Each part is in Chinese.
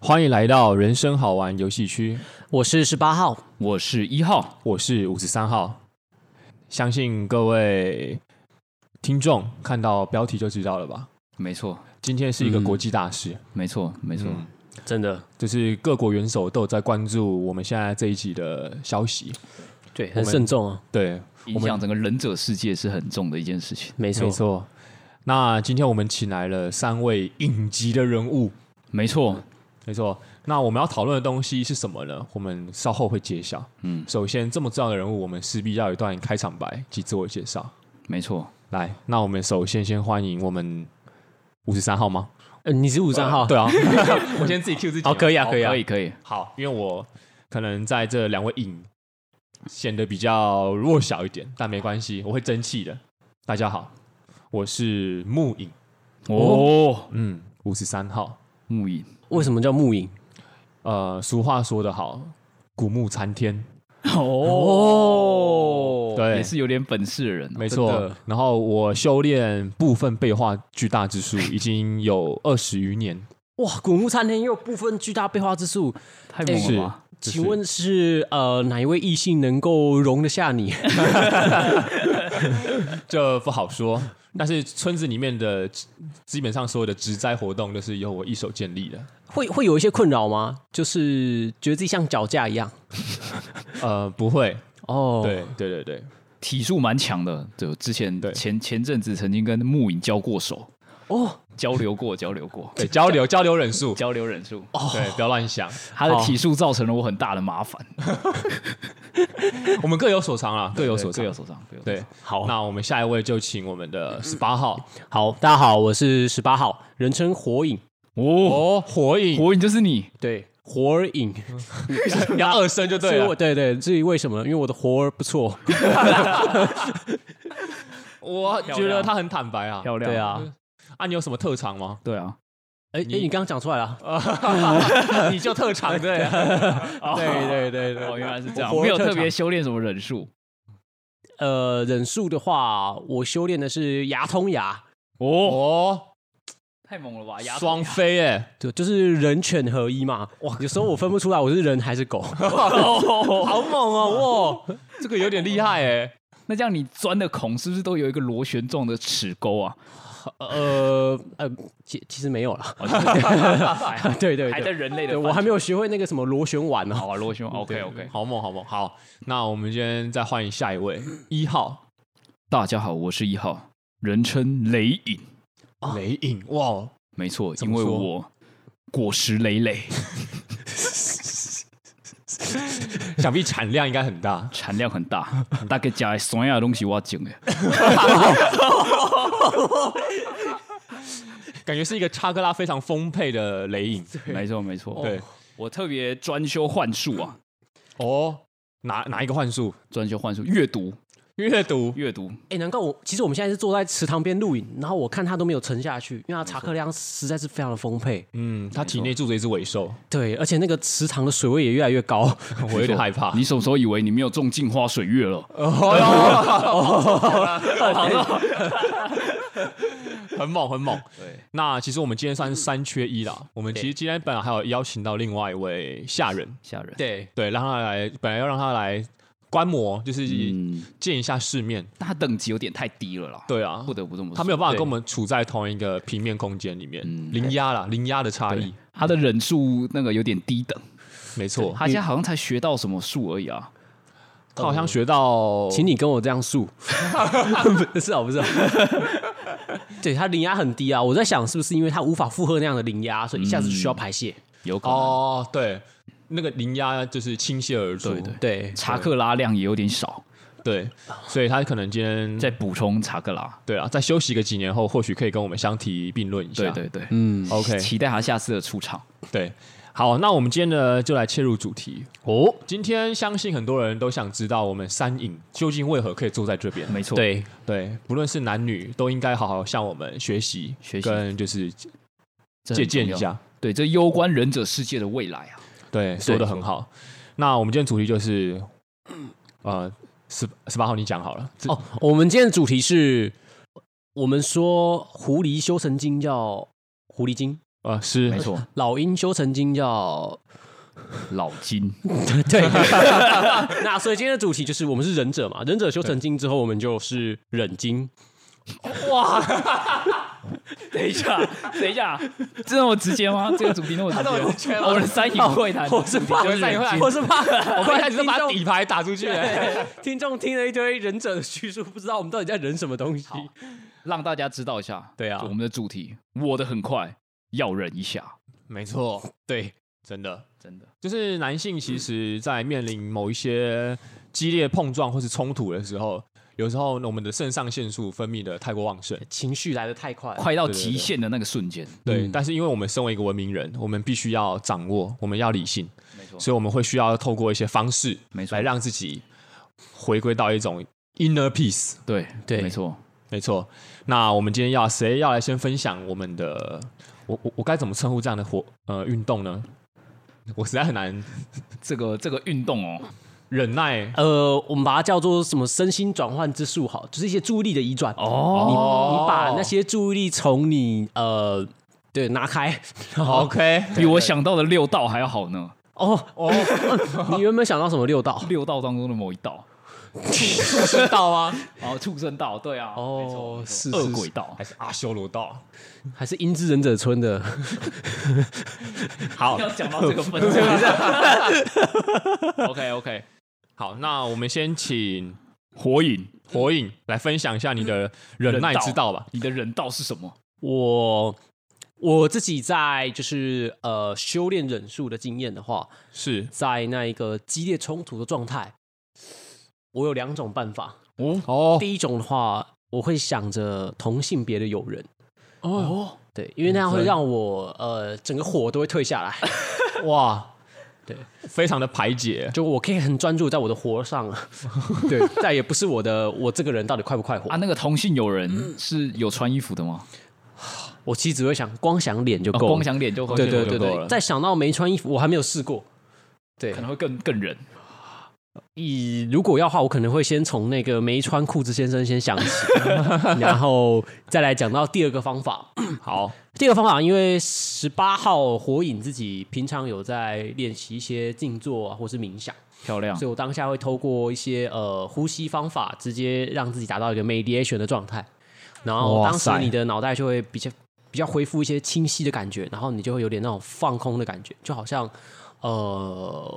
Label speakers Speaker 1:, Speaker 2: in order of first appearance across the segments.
Speaker 1: 欢迎来到人生好玩游戏区，
Speaker 2: 我是十八号，
Speaker 3: 我是一号，
Speaker 1: 我是五十三号。相信各位听众看到标题就知道了吧？
Speaker 3: 没错，
Speaker 1: 今天是一个国际大事，
Speaker 3: 没错，没错。
Speaker 1: 嗯
Speaker 2: 真的
Speaker 1: 就是各国元首都有在关注我们现在这一集的消息。
Speaker 2: 对，
Speaker 1: 我
Speaker 2: 很
Speaker 1: 们
Speaker 2: 慎重啊，
Speaker 1: 对，
Speaker 3: 影响整个忍者世界是很重的一件事情。
Speaker 2: 没
Speaker 1: 没
Speaker 2: 错，
Speaker 1: 错。那今天我们请来了三位影级的人物，
Speaker 3: 没错，
Speaker 1: 没错。那我们要讨论的东西是什么呢？我们稍后会揭晓。嗯
Speaker 3: 嗯，
Speaker 1: 首先这么重要的人物，我们势必要有一段开场白及自我介绍。
Speaker 3: 没错，
Speaker 1: 来，那我们首先先欢迎我们五十三号吗？
Speaker 2: 呃你是五三号，
Speaker 1: 对啊，我先自己 Q 自己
Speaker 2: 好，可以啊，
Speaker 3: 好
Speaker 2: 可以啊
Speaker 3: 可，以，可以。
Speaker 1: 好，因为我可能在这两位影显得比较弱小一点，但没关系，我会争气的。大家好，我是木影，
Speaker 3: 哦，
Speaker 1: 嗯，五十三号。
Speaker 3: 木影，
Speaker 2: 为什么叫木影？
Speaker 1: 呃，俗话说得好，古木参天，
Speaker 3: 哦，
Speaker 1: 对
Speaker 3: 也是有点本事的人哦、
Speaker 1: 没错。然后我修炼部分背化巨大之术已经有二十余年，
Speaker 2: 哇，古墓餐厅又部分巨大背化之术，
Speaker 3: 太猛了吧！
Speaker 1: 就是
Speaker 2: 请问是呃哪一位异性能够容得下你？
Speaker 1: 这不好说。 但是村子里面的基本上所有的植栽活动都是由我一手建立的。
Speaker 2: 会会有一些困扰吗？就是觉得自己像脚架一样
Speaker 1: 呃，不会，
Speaker 2: 哦，
Speaker 1: 对对对对，
Speaker 3: 体术蛮强的，就之前
Speaker 1: 对
Speaker 3: 前前阵子曾经跟木影交过手，
Speaker 2: 哦，
Speaker 3: 交流过，交流过，
Speaker 1: 对哦交 流交流忍术，
Speaker 3: 交流忍术。
Speaker 1: 对，不要乱想，
Speaker 3: 他的体术造成了我很大的麻烦，
Speaker 1: 我们各有所长啊，各有所
Speaker 3: 各
Speaker 1: 长
Speaker 3: 有。所长，各有所
Speaker 1: 对，哦嗯
Speaker 2: 好
Speaker 1: 那我们下一位就请我们的十八号
Speaker 2: 好，大家好，我是十八号，人称火影，
Speaker 3: 哦，
Speaker 1: 哦，火影，
Speaker 3: 火影就是你，
Speaker 2: 对，火影，
Speaker 1: 你要二声就对
Speaker 2: 所以我
Speaker 1: 了。
Speaker 2: 对啊对，至于为什么，因为我的活儿不错，
Speaker 1: 我觉得他很坦白啊，
Speaker 3: 漂亮，
Speaker 2: 对，啊，
Speaker 1: 啊，你有什么特长吗？
Speaker 3: 对啊，
Speaker 2: 哎哎，
Speaker 1: 你
Speaker 2: 你刚刚讲出来了，
Speaker 1: 你就特长 对啊，
Speaker 2: 对对对对，
Speaker 3: 哦，原来是这样，
Speaker 2: 我
Speaker 3: 没有特别修炼什么忍术，
Speaker 2: 呃，忍术的话，我修炼的是牙通牙，
Speaker 3: 哦，
Speaker 1: 哦，
Speaker 3: 太猛了吧，牙
Speaker 1: 双飞哎，
Speaker 2: 就就是人犬合一嘛。哇，有时候我分不出来我是人还是 狗。
Speaker 1: 哦 好猛哦，哇，这个有点厉害哎，
Speaker 3: 那这样你钻的孔是不是都有一个螺旋状的齿钩 啊？
Speaker 2: 呃呃，其其实没有了。 对对
Speaker 3: 哦还在
Speaker 2: 对，
Speaker 3: 人类
Speaker 2: 对
Speaker 3: 的，
Speaker 2: 我还没有学会那个什么螺旋丸哦呢。
Speaker 3: 好啊，螺旋，OK
Speaker 1: 嗯
Speaker 3: OK。
Speaker 1: 好猛好猛，好，那我们今天再欢迎下一位一号
Speaker 3: 大家好，我是一号，人称雷影，哦
Speaker 1: 雷影，哇，哦
Speaker 3: 没错，
Speaker 1: 怎
Speaker 3: 因
Speaker 1: 么
Speaker 3: 为
Speaker 1: 说
Speaker 3: 我果实累累，
Speaker 1: 想必产量应该很大，
Speaker 3: 产量很 大，大概加酸亚的东西我整的，
Speaker 1: 感觉是一个查克拉非常丰沛的雷影，
Speaker 3: 没错没错，
Speaker 1: 对，
Speaker 3: 我特别专修幻术啊，
Speaker 1: 哦，哪哪一个幻术？
Speaker 3: 专修幻术，阅读
Speaker 1: 阅读，
Speaker 3: 阅读，
Speaker 2: 哎，难怪我，其实我们现在是坐在池塘边录影，然后我看他都没有沉下去，因为他查克量实在是非常的丰沛。
Speaker 1: 嗯，他体内住着一只尾兽，
Speaker 2: 对，而且那个池塘的水位也越来越高。
Speaker 1: 我有点害怕。呃
Speaker 3: 你什么时候以为你没有中镜花水月了？
Speaker 1: 很猛很猛。
Speaker 3: 对，
Speaker 1: 那其实我们今天算是三缺一啦。我们其实今天本来还有邀请到另外一位下人，
Speaker 3: 吓人。
Speaker 2: 对，
Speaker 1: 对，让他来，本来要让他来观摩，就是
Speaker 3: 嗯，
Speaker 1: 见一下世面。
Speaker 3: 但他等级有点太低了啦，
Speaker 1: 对啊
Speaker 3: 不，得不这么说，
Speaker 1: 他没有办法
Speaker 2: 对
Speaker 1: 跟我们处在同一个平面空间里面，
Speaker 3: 嗯
Speaker 1: 零压啦，零压的差
Speaker 3: 对
Speaker 1: 异，
Speaker 3: 他的忍术那个有点低等，
Speaker 1: 没错。
Speaker 3: 他现在好像才学到什么术而已啊。
Speaker 1: 他好像学到，
Speaker 2: 请你跟我这样数， 不是啊，不是啊。对他灵压很低啊，我在想是不是因为他无法负荷那样的灵压，所以一下子需要排泄。
Speaker 3: 有可能。
Speaker 1: 哦，对，那个零压就是倾泻而出，
Speaker 3: 对对
Speaker 2: 对，
Speaker 3: 查克拉量也有点少，
Speaker 1: 对，所以他可能今天
Speaker 3: 再补充查克拉。
Speaker 1: 对啊，在休息个几年后，或许可以跟我们相提并论一下。
Speaker 3: 对对对，
Speaker 2: 嗯，
Speaker 1: ，OK，
Speaker 3: 期待他下次的出场。
Speaker 1: 对，好，那我们今天呢就来切入主题哦。今天相信很多人都想知道我们三影究竟为何可以坐在这边。
Speaker 3: 没错，，
Speaker 2: 对，
Speaker 1: 对，不论是男女，都应该好好向我们学习，
Speaker 3: 学习
Speaker 1: 跟就是
Speaker 3: 这很
Speaker 1: 借鉴一
Speaker 3: 重要。
Speaker 1: 下。
Speaker 3: 对，这攸关忍者世界的未来啊。
Speaker 1: 对，说的很好。那我们今天主题就是，呃，十十八号你讲好了。
Speaker 2: 哦，我们今天的主题是，我们说狐狸修成精叫狐狸精，
Speaker 1: 呃，是
Speaker 3: 没错，
Speaker 2: 老鹰修成精叫
Speaker 3: 老金，
Speaker 2: 对。 那所以今天的主题就是我们是忍者嘛，忍者修成精之后，我们就是忍精。
Speaker 3: 等一下，等一下，这那么直接吗？这个主题那么直接吗？
Speaker 1: 圈
Speaker 3: 我们的三影会 谈，
Speaker 2: 我是怕，
Speaker 1: 哦你就是忍精
Speaker 2: 我是怕，
Speaker 1: 我
Speaker 2: 我
Speaker 1: 们一开始就把底牌打出去，
Speaker 2: 听众听了一堆忍者的叙述，不知道我们到底在忍什么东西。
Speaker 3: 让大家知道一下。
Speaker 2: 对啊
Speaker 3: 我们的主题，我的很快，要忍一下，
Speaker 1: 没错，对，真的。
Speaker 3: 真的。
Speaker 1: 就是男性其实，在面临某一些激烈碰撞或是冲突的时候，有时候我们的肾上腺素分泌的太过旺盛，
Speaker 2: 情绪来的太快了，
Speaker 3: 快到
Speaker 1: 对对
Speaker 3: 极
Speaker 1: 对
Speaker 3: 限的那个瞬间，
Speaker 1: 对。
Speaker 2: 嗯
Speaker 1: 但是因为我们身为一个文明人，我们必须要掌握，我们要理性，
Speaker 3: 没错
Speaker 1: 所以我们会需要透过一些方式
Speaker 3: 没错
Speaker 1: 来让自己回归到一种 inner peace。
Speaker 3: 对
Speaker 2: 对
Speaker 3: 没错，
Speaker 1: 没错，那我们今天要谁要来先分享我们的？我我我该怎么称呼这样的活呃运动呢？我实在很难
Speaker 3: 这个这个运动哦，
Speaker 1: 忍耐
Speaker 2: 呃，我们把它叫做什么身心转换之术，好，就是一些注意力的移转。
Speaker 3: 哦
Speaker 2: 你你把那些注意力从你呃，对，拿 开。
Speaker 1: OK，
Speaker 3: 比我想到的六道还要好呢。
Speaker 2: 哦哦，你有没有想到什么六 道？
Speaker 3: 六道当中的某一道，
Speaker 1: 知道
Speaker 2: 啊
Speaker 1: 吗？
Speaker 3: 哦，畜生道，对啊，
Speaker 2: 哦
Speaker 3: 没错没错
Speaker 2: 是是
Speaker 3: 恶
Speaker 2: 是
Speaker 3: 鬼道
Speaker 1: 还，是阿修罗道？
Speaker 2: 还是英之忍者村的？ 哎
Speaker 1: 好
Speaker 3: 要讲到这个份上。OK OK，
Speaker 1: 好，那我们先请
Speaker 3: 火影，
Speaker 1: 火影来分享一下你的忍耐之道吧。
Speaker 3: 你的人道是什么？
Speaker 2: 我我自己在就是呃修炼忍术的经验的话，
Speaker 1: 是
Speaker 2: 在那一个激烈冲突的状态，我有两种办法。
Speaker 3: 哦
Speaker 1: 哦
Speaker 2: 第一种的话，我会想着同性别的友人，
Speaker 3: 哦，
Speaker 2: 对，因为那样会让我呃整个火都会退 下来，
Speaker 1: 哇，
Speaker 2: 对，
Speaker 1: 非常的排解。
Speaker 2: 就我可以很专注在我的活上 啊， 对，再也不是我的我这个人到底快不快活
Speaker 3: 啊，，那个同性友人
Speaker 2: 嗯
Speaker 3: 是有穿衣服的吗？
Speaker 2: 我其实只会想光想脸就
Speaker 3: 哦
Speaker 2: 够了，
Speaker 3: 光想脸就够了，
Speaker 2: 对对
Speaker 1: 就
Speaker 2: 对
Speaker 1: 够
Speaker 2: 对，
Speaker 1: 了
Speaker 2: 再想到没穿衣服，我还没有试过。对
Speaker 3: 可，能会更更忍。
Speaker 2: 以如果要的话，我可能会先从那个没穿裤子先生先想起，然后再来讲到第二个方法。
Speaker 1: 好，
Speaker 2: 第二个方法，因为十八号火影自己平常有在练习一些静坐啊，或是冥想，
Speaker 3: 漂亮
Speaker 2: 所以，我当下会透过一些呃呼吸方法，直接让自己达到一个 meditation 的状态。然后
Speaker 1: 哇
Speaker 2: 当时
Speaker 1: 塞
Speaker 2: 你的脑袋就会比较比较恢复一些清晰的感觉，然后你就会有点那种放空的感觉，就好像呃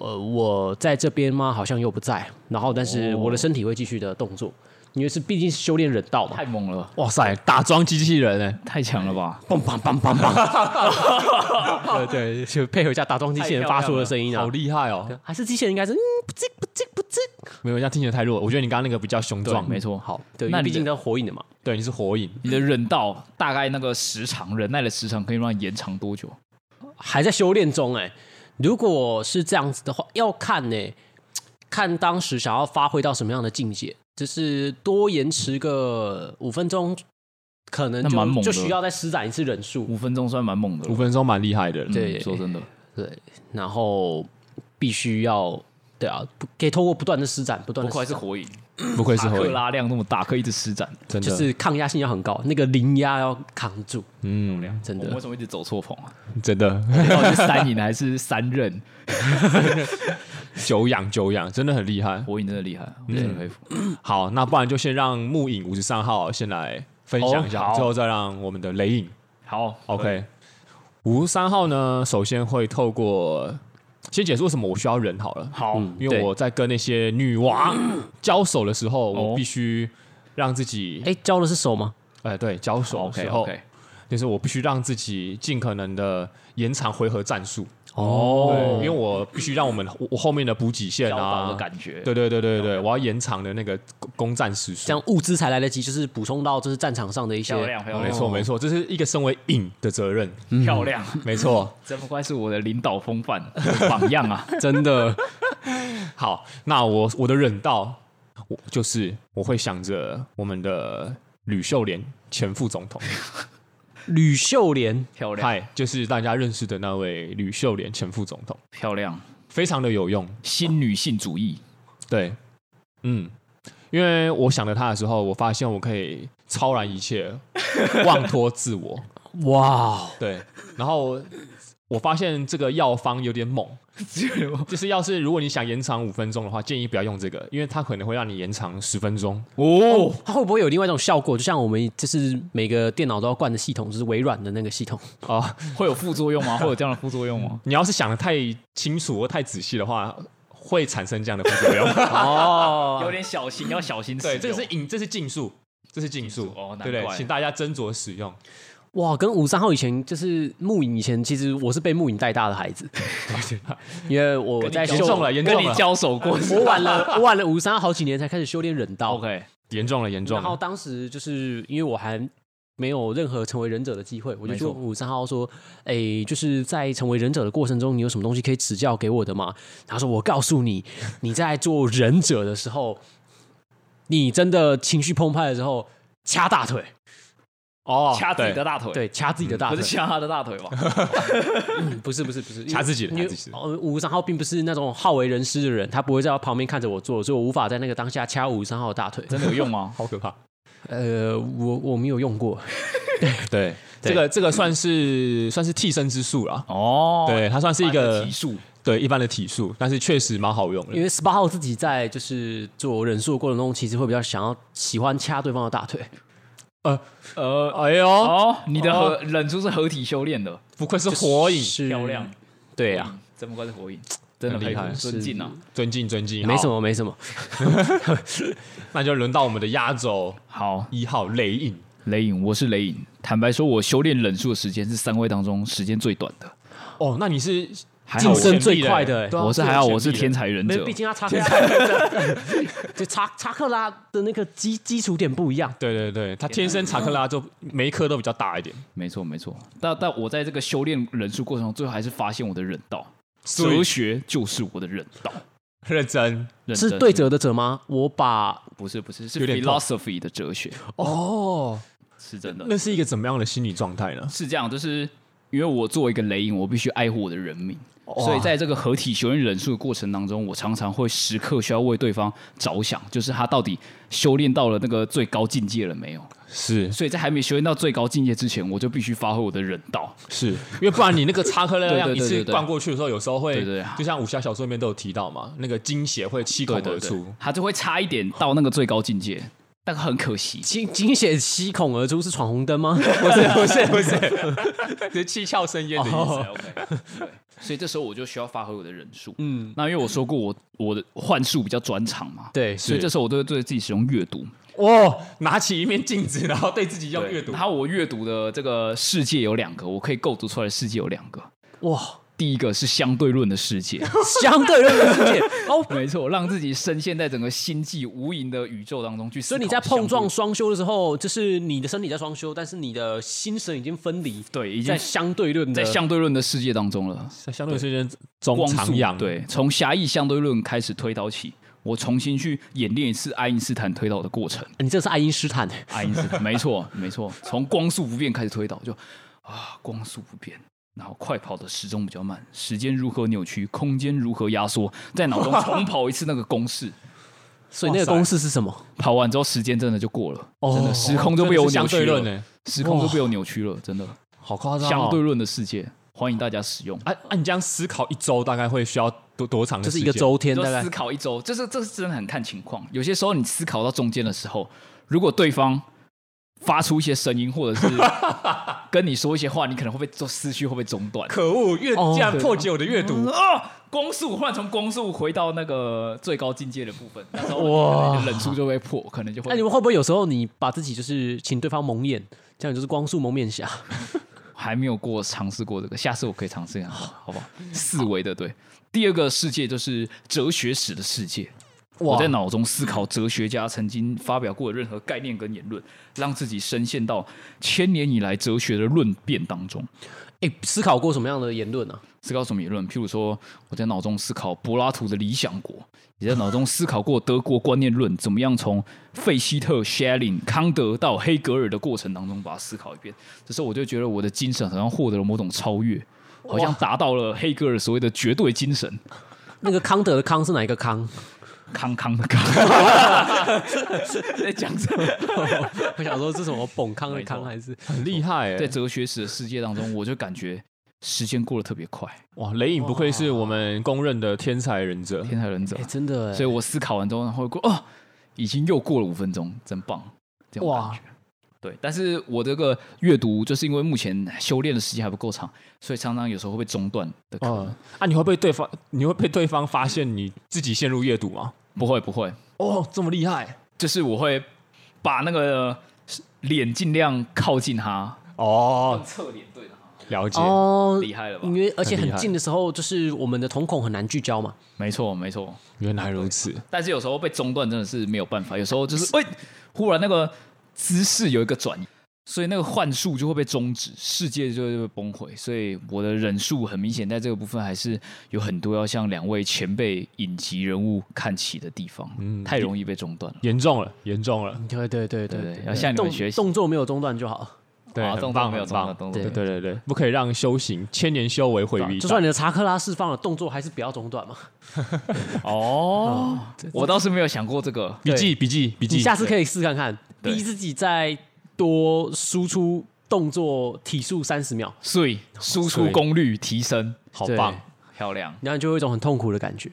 Speaker 2: 呃我在这边吗？好像又不在，然后但是我的身体会继续的动作，因为是毕竟是修炼忍道嘛
Speaker 3: 太。猛了，
Speaker 1: 哇塞，打桩机器人哎，
Speaker 3: 太强了吧？
Speaker 2: 嘣嘣嘣嘣嘣，对对，就配合一下打桩机器人发出的声音啊
Speaker 1: 好，厉害哦！
Speaker 2: 还是机器人应该是嗯不吱不吱不吱，
Speaker 1: 没有，这样听起来太弱了。我觉得你刚刚那个比较雄
Speaker 3: 对，
Speaker 1: 壮，
Speaker 3: 没错。
Speaker 2: 好，对，因
Speaker 3: 那
Speaker 2: 为
Speaker 3: 你
Speaker 2: 毕竟
Speaker 3: 的
Speaker 2: 它火影的嘛，
Speaker 1: 对，你是火影，
Speaker 3: 你的忍道大概那个时长，忍耐的时长可以让你延长多久？
Speaker 2: 还在修炼中哎、如果是这样子的话，要看呢、看当时想要发挥到什么样的境界，就是多延迟个五分钟，可能
Speaker 3: 那蛮猛
Speaker 2: 就
Speaker 3: 的
Speaker 2: 就需要再施展一次忍术。
Speaker 3: 五分钟算蛮猛的了
Speaker 1: 五。分钟蛮厉害的。
Speaker 3: 嗯
Speaker 2: 对
Speaker 3: 说真的，
Speaker 2: 对，然后必须要对啊，不可以透过不断的施展，不断
Speaker 3: 不
Speaker 2: 的
Speaker 3: 愧是火影，
Speaker 1: 不愧是
Speaker 3: 塔
Speaker 1: 火
Speaker 3: 克
Speaker 1: 影，
Speaker 3: 拉量那么大，可以一直施展。
Speaker 1: 真的。
Speaker 2: 就是抗压性要很高，那个零压要扛住，
Speaker 1: 嗯，
Speaker 2: 真
Speaker 3: 我们
Speaker 2: 的
Speaker 3: 为。什么一直走错棚啊？
Speaker 1: 真的
Speaker 3: 到底是三影还是三刃？
Speaker 1: 久仰久仰，真的很厉害。
Speaker 3: 火影真的厉害，啊我真的佩服。
Speaker 1: 好，那不然就先让木影五十三号先来分享一
Speaker 3: 哦
Speaker 1: 下，
Speaker 3: 好
Speaker 1: 最后再让我们的雷影
Speaker 3: 好
Speaker 1: OK，五十三号呢，首先会透过先解释为什么我需要人好了，
Speaker 3: 好，
Speaker 1: 嗯因为我在跟那些女王交手的时候，
Speaker 3: 哦
Speaker 1: 我必须让自己，
Speaker 2: 哎，教的是手吗？
Speaker 1: 哎、对，交手的
Speaker 3: OK
Speaker 1: 时
Speaker 2: 哦
Speaker 1: 候
Speaker 3: OK，
Speaker 1: 就是我必须让自己尽可能的延长回合战术，对，因为
Speaker 2: 哦，
Speaker 1: 我必须让我们 我我后面的补给线
Speaker 3: 交
Speaker 1: 啊
Speaker 3: 锋的感觉。
Speaker 1: 对对对对对，我要延长的那个攻攻占时
Speaker 2: 这
Speaker 1: 速。
Speaker 2: 样物资才来得及，就是补充到就是战场上的一些
Speaker 3: 漂亮漂亮
Speaker 1: 没
Speaker 2: 哦
Speaker 1: 错没错，这是一个身为影的责任，
Speaker 2: 嗯
Speaker 3: 漂亮，
Speaker 1: 没错。
Speaker 3: 真不愧是我的领导风范榜样 啊！
Speaker 1: 真的。好，那我我的忍道，我就是我会想着我们的吕秀莲前副总统，
Speaker 2: 吕秀莲
Speaker 3: 漂亮
Speaker 1: 嗨，就是大家认识的那位吕秀莲前副总统，
Speaker 3: 漂亮，
Speaker 1: 非常的有用。
Speaker 3: 新女性主 义，
Speaker 1: 对，嗯，因为我想着他的时候，我发现我可以超然一切，忘脱自我。
Speaker 2: 哇，
Speaker 1: 对，然后我发现这个药方有点猛，就是要是如果你想延长五分钟的话，建议不要用这个，因为它可能会让你延长十分钟。
Speaker 3: 哦，
Speaker 2: 它会不会有另外一种效果？就像我们就是每个电脑都要灌的系统，就是微软的那个系统。
Speaker 1: 哦，
Speaker 3: 会有副作用吗？会有这样的副作用吗？
Speaker 1: 你要是想的太清楚或太仔细的话，会产生这样的副作用。
Speaker 2: 哦，
Speaker 3: 有点小心，要小心使
Speaker 1: 对，
Speaker 3: 用。
Speaker 1: 这个是引，这是禁术，这是禁术
Speaker 3: 术哦难
Speaker 1: 对不对？
Speaker 3: 怪
Speaker 1: 请大家斟酌使用。
Speaker 2: 哇，跟五三号以前就是木影以前，其实我是被木影带大的孩子，因为我在
Speaker 1: 严重
Speaker 2: 修，
Speaker 1: 了，严
Speaker 3: 跟
Speaker 1: 重啊
Speaker 3: 你
Speaker 1: 了，
Speaker 3: 交手 过。
Speaker 2: 我晚了，我晚了五三好几年才开始修炼忍刀。
Speaker 3: OK，
Speaker 1: 严重了，严重
Speaker 2: 然后
Speaker 1: 了。
Speaker 2: 当时就是因为我还没有任何成为忍者的机会，我就
Speaker 3: 没
Speaker 2: 说
Speaker 3: 错
Speaker 2: 五三号说，哎，就是在成为忍者的过程中，你有什么东西可以指教给我的吗？他说，我告诉你，你在做忍者的时候，你真的情绪澎湃的时候，掐大腿，
Speaker 1: 哦
Speaker 3: 掐自己
Speaker 1: 对
Speaker 3: 的大腿，，
Speaker 2: 对，掐自己的大
Speaker 3: 不
Speaker 2: 腿
Speaker 3: 是，掐他的大腿吧？
Speaker 2: 不是不是不是
Speaker 1: 掐自己的掐自己的
Speaker 2: 呃，五三号并不是那种好为人师的人，他不会在旁边看着我做，所以我无法在那个当下掐五三号的大腿。
Speaker 3: 真的有用吗？
Speaker 1: 好可怕。
Speaker 2: 呃，我我没有用过，
Speaker 1: 对，这个这个算是算是替身之术了。
Speaker 3: 哦，
Speaker 1: 对，它算是一个
Speaker 3: 提速，
Speaker 1: 对一般的体术，但是确实蛮好用
Speaker 2: 因
Speaker 1: 的。
Speaker 2: 为十八号自己在就是做忍术的过程中，其实会比较想要喜欢掐对方的大腿。
Speaker 1: 呃，哎呦，
Speaker 3: 哦，嗯你的合忍术是合体修炼的，
Speaker 1: 不愧是火影，
Speaker 2: 是
Speaker 3: 漂亮，
Speaker 2: 对啊，，
Speaker 3: 这么快是火影，真的
Speaker 1: 很厉害
Speaker 3: 佩服尊敬啊！
Speaker 1: 尊敬尊敬。
Speaker 2: 没什
Speaker 1: 好，
Speaker 2: 么没什么。
Speaker 1: 那就轮到我们的压轴
Speaker 3: 好，
Speaker 1: 一号雷影。
Speaker 3: 雷影，我是雷影。坦白说，我修炼忍术的时间是三位当中时间最短的，
Speaker 1: 哦，那你是
Speaker 3: 还
Speaker 2: 晋
Speaker 3: 好我
Speaker 2: 升最
Speaker 1: 有潜力
Speaker 2: 快
Speaker 1: 的
Speaker 2: 的、欸
Speaker 1: 对啊
Speaker 3: 我是还好，我
Speaker 1: 最
Speaker 3: 是
Speaker 1: 有潜
Speaker 3: 天
Speaker 1: 力的
Speaker 3: 才忍
Speaker 2: 没
Speaker 3: 者
Speaker 2: 有，毕竟他查克拉， 就查查克拉的那个基基础点不一样。
Speaker 1: 对对对，他天生查克拉就每一颗都比较大一点，
Speaker 3: 没错没错。但但我在这个修炼忍术过程中，最后还是发现我的忍道，
Speaker 1: 所以
Speaker 3: 哲学就是我的忍道。
Speaker 1: 认真
Speaker 3: 认
Speaker 2: 是
Speaker 3: 真
Speaker 2: 对折的折吗？我把
Speaker 3: 不是不是是
Speaker 1: 有点痛
Speaker 3: philosophy 的哲学，
Speaker 1: 哦。
Speaker 3: 是真的。
Speaker 1: 那是一个怎么样的心理状态呢？
Speaker 3: 是这样，就是因为我作为一个雷影，我必须爱护我的人民，所以在这个合体修炼忍术的过程当中，我常常会时刻需要为对方着想，就是他到底修炼到了那个最高境界了没有？
Speaker 1: 是
Speaker 3: 所以在还没修炼到最高境界之前，我就必须发挥我的忍道。
Speaker 1: 是，因为不然你那个查克拉量
Speaker 3: 对对
Speaker 1: 一
Speaker 3: 对
Speaker 1: 次
Speaker 3: 对对
Speaker 1: 灌过去的时候，有时候会
Speaker 3: 对对对
Speaker 1: 就像武侠小说里面都有提到嘛，那个精血会七孔
Speaker 3: 对
Speaker 1: 而
Speaker 3: 对对
Speaker 1: 出，，
Speaker 3: 他就会差一点到那个最高境界，但很可惜。
Speaker 2: 惊惊血七孔而出是闯红灯 吗？
Speaker 1: 不是不是不是，就是七窍生烟的意思。
Speaker 3: OK，所以这时候我就需要发挥我的忍术。嗯，那因为我说过我我的幻术比较专长嘛，
Speaker 2: 对
Speaker 3: 所以这时候我都会对自己使用阅读。
Speaker 1: 哦，拿起一面镜子，然后对自己用
Speaker 3: 对
Speaker 1: 阅读
Speaker 3: 然。后我阅读的这个世界有两个，我可以构筑出来的世界有两个。
Speaker 2: 哇，
Speaker 3: 第一个是相对论的世界，
Speaker 2: 相对论的世 界哦。
Speaker 3: 没错，让自己深陷在整个星际无垠的宇宙当中去思
Speaker 2: 所
Speaker 3: 考相对论。
Speaker 2: 以你在碰撞双修的时候，就是你的身体在双修，但是你的心神已经分离，
Speaker 3: 对，已经
Speaker 2: 在相对论的
Speaker 3: 在相对论的世界当中了。
Speaker 1: 在相对时间中
Speaker 3: 光速
Speaker 1: 徜徉，
Speaker 3: 对，从狭义相对论开始推导起，我重新去演练一次爱因斯坦推导的过程。
Speaker 2: 你这是爱因斯坦，欸
Speaker 3: 爱因斯坦，没错，没错，从光速不变开始推导，就啊，光速不变，然后快跑的时钟比较慢，时间如何扭曲，空间如何压缩，在脑中重跑一次那个公式，
Speaker 2: 所以那个公式是什么？
Speaker 3: 跑完之后时间真的就过了，
Speaker 2: 哦
Speaker 3: 真的时空都被我
Speaker 1: 真的是相
Speaker 3: 扭曲
Speaker 1: 对论欸
Speaker 3: 了，
Speaker 1: 呢，
Speaker 3: 时空都被我扭曲了，真的，
Speaker 1: 好夸张哦。
Speaker 3: 相对论的世界，欢迎大家使用。
Speaker 1: 啊啊！你这样思考一周大概会需要多多长的
Speaker 2: 就
Speaker 1: 时
Speaker 2: 是
Speaker 1: 间？
Speaker 2: 一个周天
Speaker 3: 你
Speaker 2: 大
Speaker 3: 就
Speaker 2: 概
Speaker 3: 思。考一周，这是这是真的很看情况。有些时候你思考到中间的时候，如果对方发出一些声音，或者是跟你说一些话，你可能会被做思绪会被中断。
Speaker 1: 可恶，阅
Speaker 2: 哦
Speaker 1: 竟然破解我的阅
Speaker 3: 嗯
Speaker 1: 读，
Speaker 3: 哦光速忽然从光速回到那个最高境界的部分，那时候
Speaker 2: 哇哎
Speaker 3: 忍术就被破，可能就
Speaker 2: 那你
Speaker 3: 会
Speaker 2: 们会不会有时候你把自己就是请对方蒙眼，这样就是光速蒙面侠？
Speaker 3: 还没有过尝试过这个，下次我可以尝试一下，好不好？四维的对。第二个世界就是哲学史的世界，我在脑中思考哲学家曾经发表过的任何概念跟言论，让自己深陷到千年以来哲学的论辩当中。
Speaker 2: 哎、思考过什么样的言论啊呢、
Speaker 3: 思考什么言论？譬如说，我在脑中思考柏拉图的理想国，也在脑中思考过德国观念论怎么样从费希特、Schelling、康德到黑格尔的过程当中把它思考一遍。这时候我就觉得我的精神好像获得了某种超越，好像达到了黑格尔所谓的绝对精神。
Speaker 2: 那个康德的康是哪一个康？
Speaker 3: 康康的康，在讲什么？
Speaker 2: 我想说这是什 么蹦康的
Speaker 3: 没错
Speaker 2: 康还是
Speaker 1: 很厉害哎、
Speaker 3: 在哲学史的世界当中，我就感觉时间过得特别快，
Speaker 1: 哇，雷影不愧是我们公认的天才忍者，
Speaker 3: 天才忍者
Speaker 2: 哎、。 真的、
Speaker 3: 所以
Speaker 2: 以
Speaker 3: 我思考完之后，然后过哦，已经又过了五分钟，真棒，这种感觉。对，但是我这个阅读，就是因为目前修炼的时间还不够长，所以常常有时候会被中断的可能。
Speaker 1: 嗯，啊，你会被对方，你会被对方发现你自己陷入阅读吗？
Speaker 3: 不会，不会，
Speaker 1: 哦，这么厉害
Speaker 3: 就是我会把那个脸尽量靠近他，
Speaker 1: 哦，
Speaker 3: 侧脸对他，
Speaker 1: 了解，
Speaker 2: 哦，
Speaker 3: 厉害了吧
Speaker 2: 因？为而且
Speaker 1: 很厉
Speaker 2: 很
Speaker 1: 害
Speaker 2: 近的时候，就是我们的瞳孔很难聚焦嘛。
Speaker 3: 没错，没错。
Speaker 1: 原来如此，
Speaker 3: 但是有时候被中断真的是没有办法，有时候就是喂、忽然那个姿势有一个转移，所以那个幻术就会被终止，世界就会被崩毁。所以我的忍术很明显在这个部分还是有很多要向两位前辈影集人物看齐的地方，
Speaker 1: 嗯
Speaker 3: 太容易被中断了。
Speaker 1: 严重了，严重了，
Speaker 2: 对对对
Speaker 3: 对对要向你们
Speaker 2: 动
Speaker 3: 学习
Speaker 2: 动作没有中断就好。
Speaker 1: 对，
Speaker 3: 啊
Speaker 1: 很
Speaker 3: 动作
Speaker 1: 棒，
Speaker 3: 没有
Speaker 1: 很棒，
Speaker 3: 动作动作
Speaker 1: 对
Speaker 3: 没有
Speaker 1: 对对对，不可以让修行千年修为毁于一旦
Speaker 2: 啊就算你的查克拉释放了，动作还是不要中断嘛。
Speaker 3: 哦，我倒是没有想过这个。
Speaker 1: 笔记笔记笔
Speaker 2: 你
Speaker 1: 记，
Speaker 2: 下次可以试看看，
Speaker 3: 对
Speaker 2: 逼自己再多输出动作体数三十秒，
Speaker 3: 所以输出
Speaker 1: 所以
Speaker 3: 功率提升，
Speaker 1: 好
Speaker 2: 对
Speaker 1: 棒，
Speaker 3: 漂亮。
Speaker 2: 然后你就会有一种很痛苦的感觉。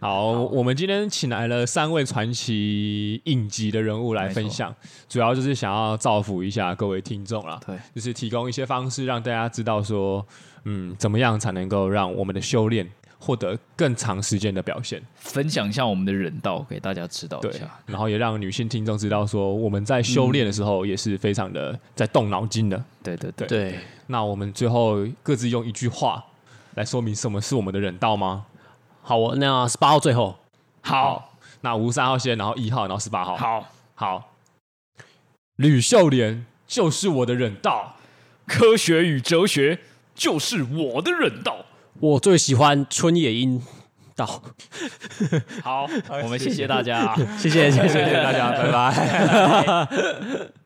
Speaker 1: 好，我们今天请来了三位传奇影集的人物来分享，主要就是想要造福一下各位听众啦，
Speaker 3: 对，
Speaker 1: 就是提供一些方式让大家知道说，嗯，怎么样才能够让我们的修炼获得更长时间的表现，
Speaker 3: 分享一下我们的忍道给大家知道
Speaker 1: 对
Speaker 3: 一下。，
Speaker 1: 然后也让女性听众知道说，我们在修炼的时候也是非常的在动脑筋的。
Speaker 3: 对对对
Speaker 1: 对
Speaker 2: 对，
Speaker 1: 那我们最后各自用一句话来说明什么是我们的忍道吗？
Speaker 2: 好，我那十八号最后，
Speaker 3: 好，
Speaker 1: 那吴三号先，然后一号，然后十八号，
Speaker 3: 好，
Speaker 1: 好，吕秀莲就是我的忍道。
Speaker 3: 科学与哲学就是我的忍道。
Speaker 2: 我最喜欢春野樱道，
Speaker 3: 好，我们谢谢大家啊。
Speaker 2: 谢谢
Speaker 1: 谢
Speaker 2: 谢谢
Speaker 1: 谢大家，拜拜。